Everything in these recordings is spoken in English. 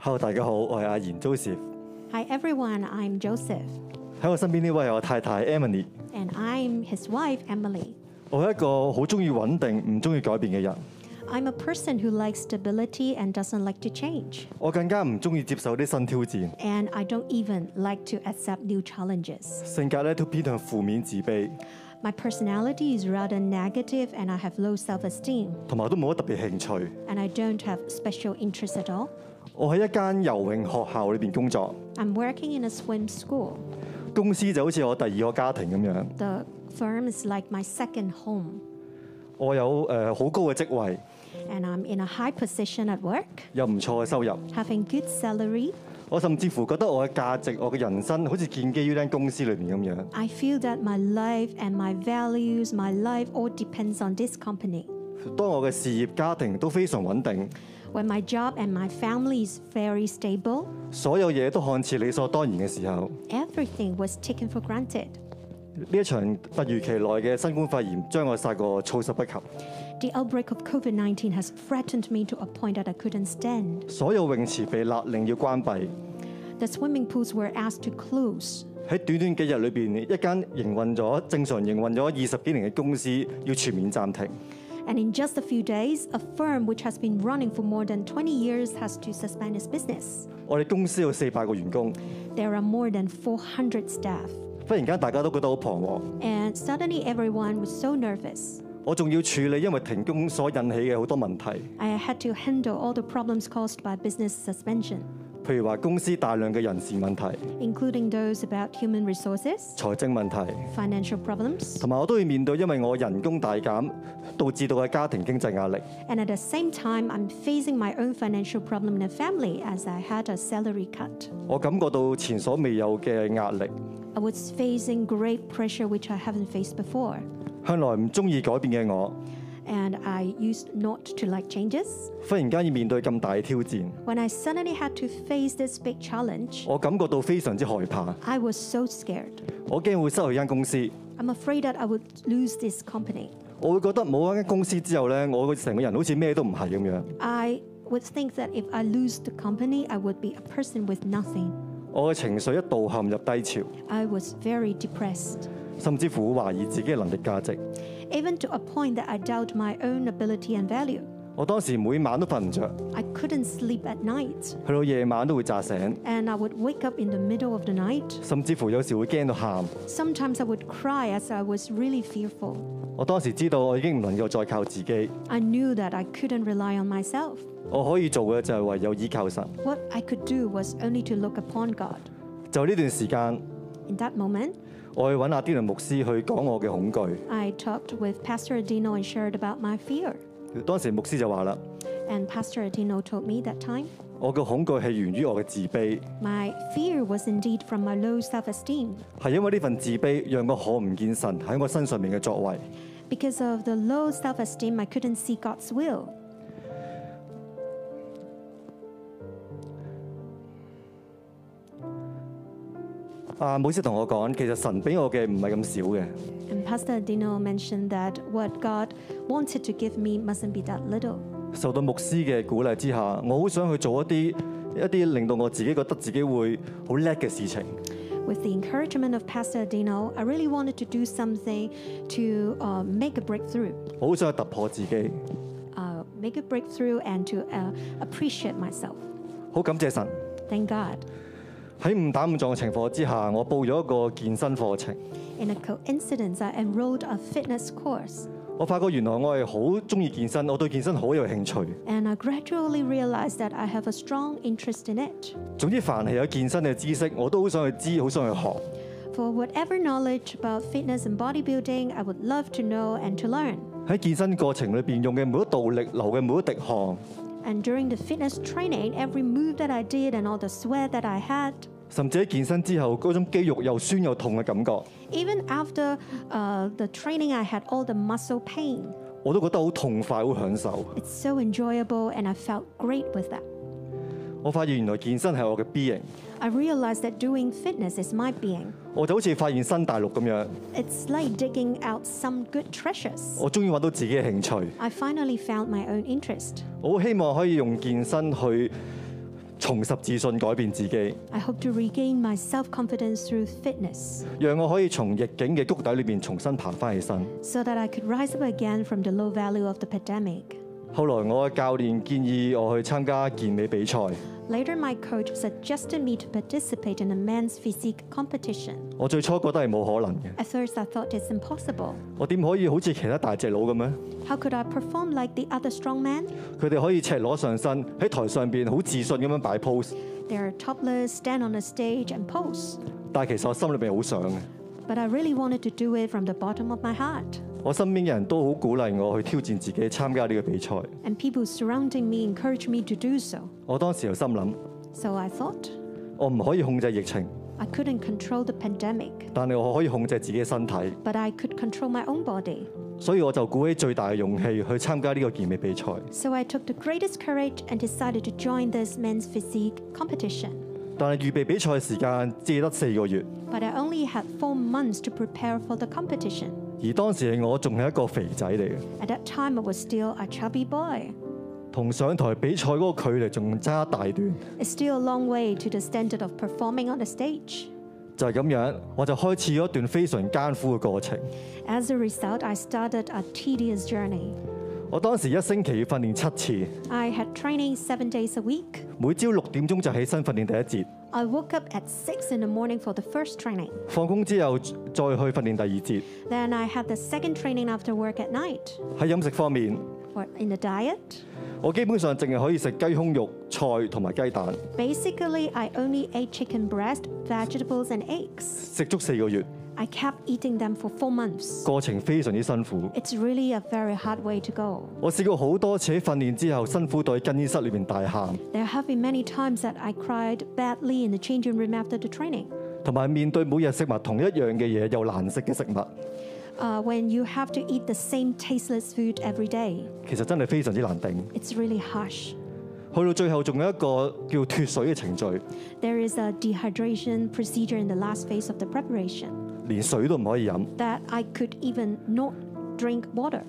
Hello，大家好，我係阿賢 Joseph。 Hi everyone, I'm Joseph 喺我身邊呢位係我太太 Emily。 and I'm his wife Emily. 我係一個好中意穩定、唔中意改變嘅人。 I'm a person who likes stability and doesn't like to change, 我更加唔中意接受啲新挑戰。 and I don't even like to accept new challenges. 性格咧都偏向負面自卑， My personality is rather negative and I have low self-esteem 同埋都冇乜特別興趣。 and I don't have special interests at all. 我喺一間游泳學校裏邊工作， I'm working in a swim school. 公司就好似我第二個家庭咁樣。 The firm is like my second home 我有誒好、高嘅職位， and I'm in a high position at work, 有唔錯嘅收入。 having good salary. 我甚至乎覺得我嘅價值、我嘅人生好似建基於呢間公司裏面咁樣。 I feel that my life and my values, my life all depends on this company. 當我嘅事業、家庭都非常穩定， When my job and my family is very stable, 所有嘢都看似理所當然嘅時候， everything was taken for granted. 呢一場突如其來嘅新冠肺炎將我殺個措手不及。 The outbreak of COVID 19 has threatened me to a point that I couldn't stand. 所有泳池被勒令要關閉。 The swimming pools were asked to close. 喺短短幾日裏邊，一間營運咗正常營運咗二十幾年嘅公司要全面暫停。 And in just a few days, a firm which has been running for more than 20 years has to suspend its business. 我哋公司有四百個員工， There are more than 400 staff. 忽然間大家都覺得好彷徨。 And suddenly everyone was so nervous. 我仲要處理因為停工所引起嘅好多問題， I had to handle all the problems caused by business suspension, 譬如話公司大量嘅人事問題、 including those about human resources, 財政問題， financial problems, 同埋我都要面對因為我人工大減導致到嘅家庭經濟壓力。 and at the same time, I'm facing my own financial problem in a family as I had a salary cut. 我感覺到前所未有嘅壓力， I was facing great pressure which I haven't faced before, 向來唔中意改變嘅我， and I used not to like changes. 忽然間要面對咁大嘅挑戰， When I suddenly had to face this big challenge, 我感覺到非常之害怕。 I was so scared. 我驚會失去間公司， I'm afraid that I would lose this company. 我會覺得冇咗間公司之後呢，我成個人好似咩都唔係咁樣。 I would think that if I lose the company, I would be a person with nothing. 我嘅情緒一度陷入低潮， I was very depressed, 甚至乎會懷疑自己嘅能力價值。 even to a point that I doubt my own ability and value. 我當時每晚都瞓唔着， I couldn't sleep at night, 去到夜晚都會炸醒， and I would wake up in the middle of the night. 甚至乎有時會驚到喊。 Sometimes I would cry as I was really fearful. 我當時知道我已經唔能夠再靠自己， I knew that I couldn't rely on myself. 我可以做嘅就係唯有依靠神。 What I could do was only to look upon God. 就呢段時間， In that moment, 我去揾阿 d i 牧師去講我嘅恐懼。 I talked with Pastor Adino and shared about my fear. 當時牧師就話啦：， And Pastor Adino told me that time 我嘅恐懼係源於我嘅自卑， My fear was indeed from my low self esteem. 係因為呢份自卑讓我可唔見神喺我身上面嘅作為。 Because of the low self esteem, I couldn't see God's will. 啊，牧師同我講，其實神俾我嘅唔係咁少嘅， And Pastor Dino mentioned that what God wanted to give me mustn't be that little. 受到牧師嘅鼓勵之下，我好想去做一啲一啲令到我自己覺得自己會好叻嘅事情。 With the encouragement of Pastor Dino, I really wanted to do something to uh, make a breakthrough, 我好想去突破自己， uh, make a breakthrough and to uh, appreciate myself. 好感謝神。 Thank God. 喺誤打誤撞嘅情況之下，我報咗一個健身課程。 In a coincidence, I enrolled a fitness course. 我發覺原來我係好中意健身，我對健身好有興趣。 And I gradually realized that I have a strong interest in it. 總之，凡係有健身嘅知識，我都好想去知，好想去學。 For whatever knowledge about fitness and bodybuilding, I would love to know and to learn. 喺健身過程裏邊用嘅每一道力，流嘅每一滴汗， And during the fitness training, every move that I did and all the sweat that I had, 甚至喺健身之後嗰種肌肉又酸又痛嘅感覺， even after uh, the training, I had all the muscle pain. 我都覺得好痛快，好享受。 It's so enjoyable, and I felt great with that. 我發現原來健身係我嘅 B 型， I realized that doing fitness is my being. 我就好似發現新大陸咁樣， It's like digging out some good treasures. 我終於揾到自己嘅興趣。 I finally found my own interest. 我好希望可以用健身去重拾自信，改變自己， I hope to regain my self confidence through fitness 讓我可以從逆境嘅谷底裏邊重新爬翻起身。 so that I could rise up again from the low value of the pandemic. 後來我嘅教練建議我去參加健美比賽， Later, my coach suggested me to participate in a men's physique competition. 我最初覺得係冇可能嘅， At first, I thought it's impossible. 我點可以好似其他大隻佬咁樣？ How could I perform like the other strong men? 佢哋可以赤裸上身喺台上邊好自信咁樣擺 pose， They are topless, stand on a stage, and pose. 但係其實我心裏邊好想嘅。 But I really wanted to do it from the bottom of my heart. 我身邊嘅人都好鼓勵我去挑戰自己，參加呢個比賽。 And people surrounding me encouraged me to do so. 我當時又心諗， So I thought, 我唔可以控制疫情， I couldn't control the pandemic, 但係我可以控制自己嘅身體， but I could control my own body. 所以我就鼓起最大嘅勇氣去參加呢個健美比賽。 So I took the greatest courage and decided to join this men's physique competition. 但係預備比賽時間只得四個月， But I only had four months to prepare for the competition. 而當時嘅我仲係一個肥仔嚟嘅， At that time, I was still a chubby boy. 同上台比賽嗰個距離仲差一大段。 It's still a long way to the standard of performing on the stage. 就係咁樣，我就開始咗一段非常艱苦嘅過程。 As a result, I started a tedious journey. 我當時一星期要訓練七次， I had training seven days a week. 每朝六點鐘就起身訓練第一節， I woke up at six in the morning for the first training. 放工之後再去訓練第二節。 Then I had the second training after work at night. 喺飲食方面， For in the diet, 我基本上淨係可以食雞胸肉、菜同埋雞蛋， basically I only ate chicken breast, vegetables, and eggs. 食足四個月， I kept eating them for four months. 過程非常之辛苦。 It's really a very hard way to go. 我試過好多次喺訓練之後，辛苦到喺更衣室裏面大喊， There have been many times that I cried badly in the changing room after the training. 同埋面對每日食物同一樣嘅嘢又難食嘅食物， Uh, when you have to eat the same tasteless food every day, 其實真係非常之難頂。 it's really harsh. 去到最後仲有一個叫脱水嘅程序， There is a dehydration procedure in the last phase of the preparation 連水都唔可以飲。 that I could even not drink water.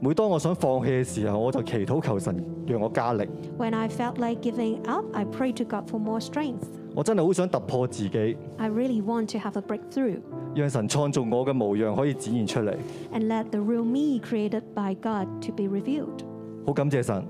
每當我想放棄嘅時候，我就祈禱求神讓我加力。 When I felt like giving up, I prayed to God for more strength. 我真係好想突破自己， I really want to have a breakthrough 讓神創造我嘅模樣可以展現出嚟。 and let the real me created by God to be revealed. 好感謝神，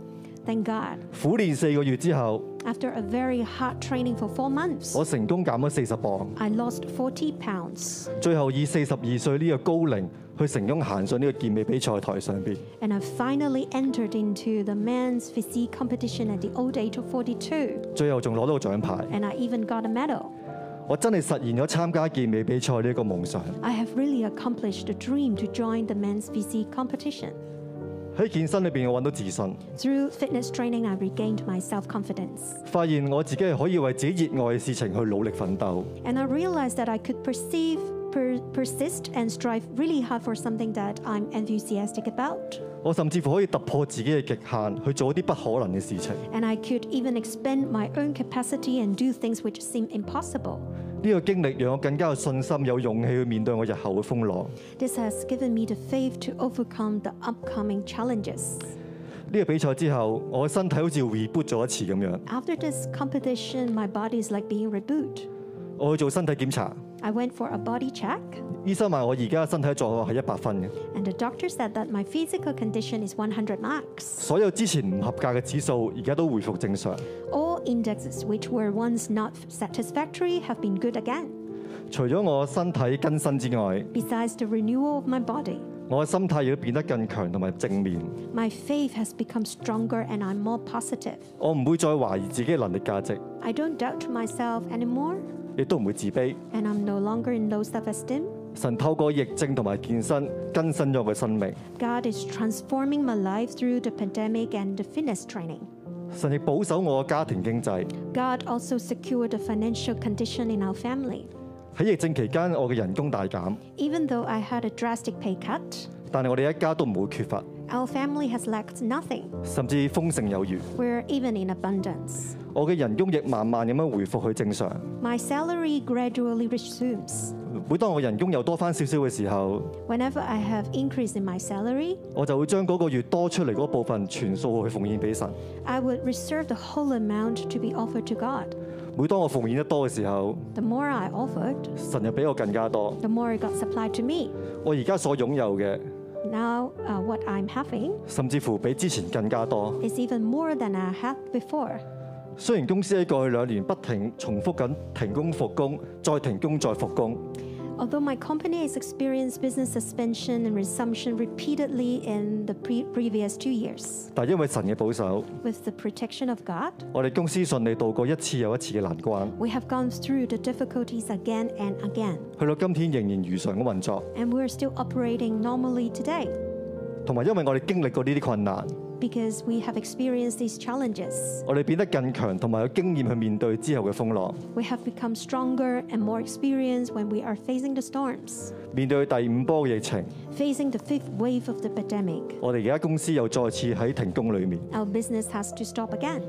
Thank God. 苦練四個月之後， After a very hard training for four months, 我成功減咗四十磅， I lost 40 pounds 最後以四十二歲呢個高齡去成功行上呢個健美比賽台上邊。 and I finally entered into the men's physique competition at the old age of 42最後仲攞到個獎牌。 and I even got a medal. 我真係實現咗參加健美比賽呢一個夢想。 I have really accomplished the dream to join the men's physique competition. 喺健身裏邊，我揾到自信， Through fitness training, I regained my self confidence. 發現我自己係可以為自己熱愛嘅事情去努力奮鬥。 And I realized that I could perceive, per, persist, and strive really hard for something that I'm enthusiastic about. 我甚至乎可以突破自己嘅極限，去做一啲不可能嘅事情。 And I could even expand my own capacity and do things which seem impossible. 呢個經歷讓我更加有信心、有勇氣去面對我日後嘅風浪。 This has given me the faith to overcome the upcoming challenges. 呢個比賽之後，我嘅身體好似 reboot 咗一次咁樣。 After this competition, my body is like being rebooted. 我去做身體檢查， I went for a body check, 醫生話我而家身體狀況係一百分嘅， and the doctor said that my physical condition is 100 marks. 所有之前唔合格嘅指數而家都回復正常。 All indexes which were once not satisfactory have been good again. 除咗我身體更新之外， Besides the renewal of my body, 我嘅心態亦都變得更強同埋正面。 my faith has become stronger and I'm more positive. 我唔會再懷疑自己嘅能力價值， I don't doubt myself anymore, 亦都唔會自卑。 and I'm no longer in low self esteem. 神透過疫症同埋健身更新咗我嘅生命， God is transforming my life through the pandemic and the fitness training. 神亦保守我嘅家庭經濟。 God also secured the financial condition in our family. 喺疫症期間，我嘅人工大減， Even though I had a drastic pay cut, 但係我哋一家都唔會缺乏， our family has lacked nothing. 甚至豐盛有餘。 We're even in abundance. 我我嘅人工亦慢慢咁樣回復去正常。 My salary gradually resumes. 每當我人工又多翻少少嘅時候， Whenever I have increase in my salary, 我就會將嗰個月多出嚟嗰部分全數去奉獻俾神。 I would reserve the whole amount to be offered to God. 每當我奉獻得多嘅時候， The more I offered, 神又俾我更加多。 the more God supplied to me. 我而家所擁有嘅， Now, uh, what I'm having 甚至乎比之前更加多。 is even more than I had before. 雖然公司喺過去兩年不停重複緊停工復工，再停工再復工， Although my company has experienced business suspension and resumption repeatedly in the pre- previous two years, 但因為神嘅保守， with the protection of God, 我哋公司順利度過一次又一次嘅難關， we have gone through the difficulties again and again, 去到今天仍然如常咁運作。 and we're still operating normally today 同埋因為我哋經歷過呢啲困難， because we have experienced these challenges. 我哋變得更強，同埋有經驗去面對之後嘅風浪。 We have become stronger and more experienced when we are facing the storms. 面對第五波嘅疫情， Facing the fifth wave of the pandemic, 我哋而家公司又再次喺停工裏面， our business has to stop again.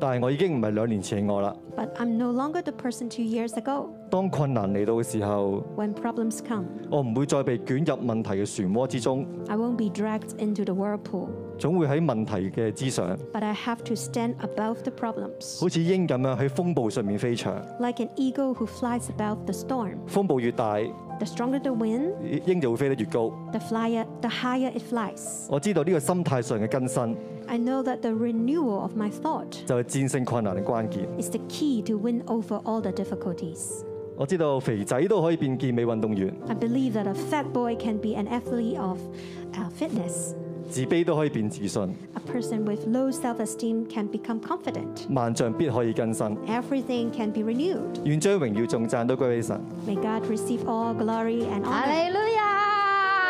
但係我已經唔係兩年前嘅我啦。 But I'm no longer the person two years ago 當困難嚟到嘅時候， when problems come. 我唔會再被捲入問題嘅漩渦之中， I won't be dragged into the whirlpool, 總會喺問題嘅之上， but I have to stand above the problems. 好似鷹咁樣喺風暴上面飛翔。 Like an eagle who flies above the storm, 風暴越大， the stronger the wind, 鷹就會飛得越高。 the flyer, the higher it flies. 我知道呢個心態上嘅更新， I know that the renewal of my thought 就係戰勝困難嘅關鍵。 is the key to win over all the difficulties. 我知道肥仔都可以變健美運動員， I believe that a fat boy can be an athlete of uh, fitness. 自卑都可以變自信， A person with low self esteem can become confident. 萬象必可以更新。 Everything can be renewed. 願將榮耀仲讚都歸俾神。 May God receive all glory and honor. 哈利路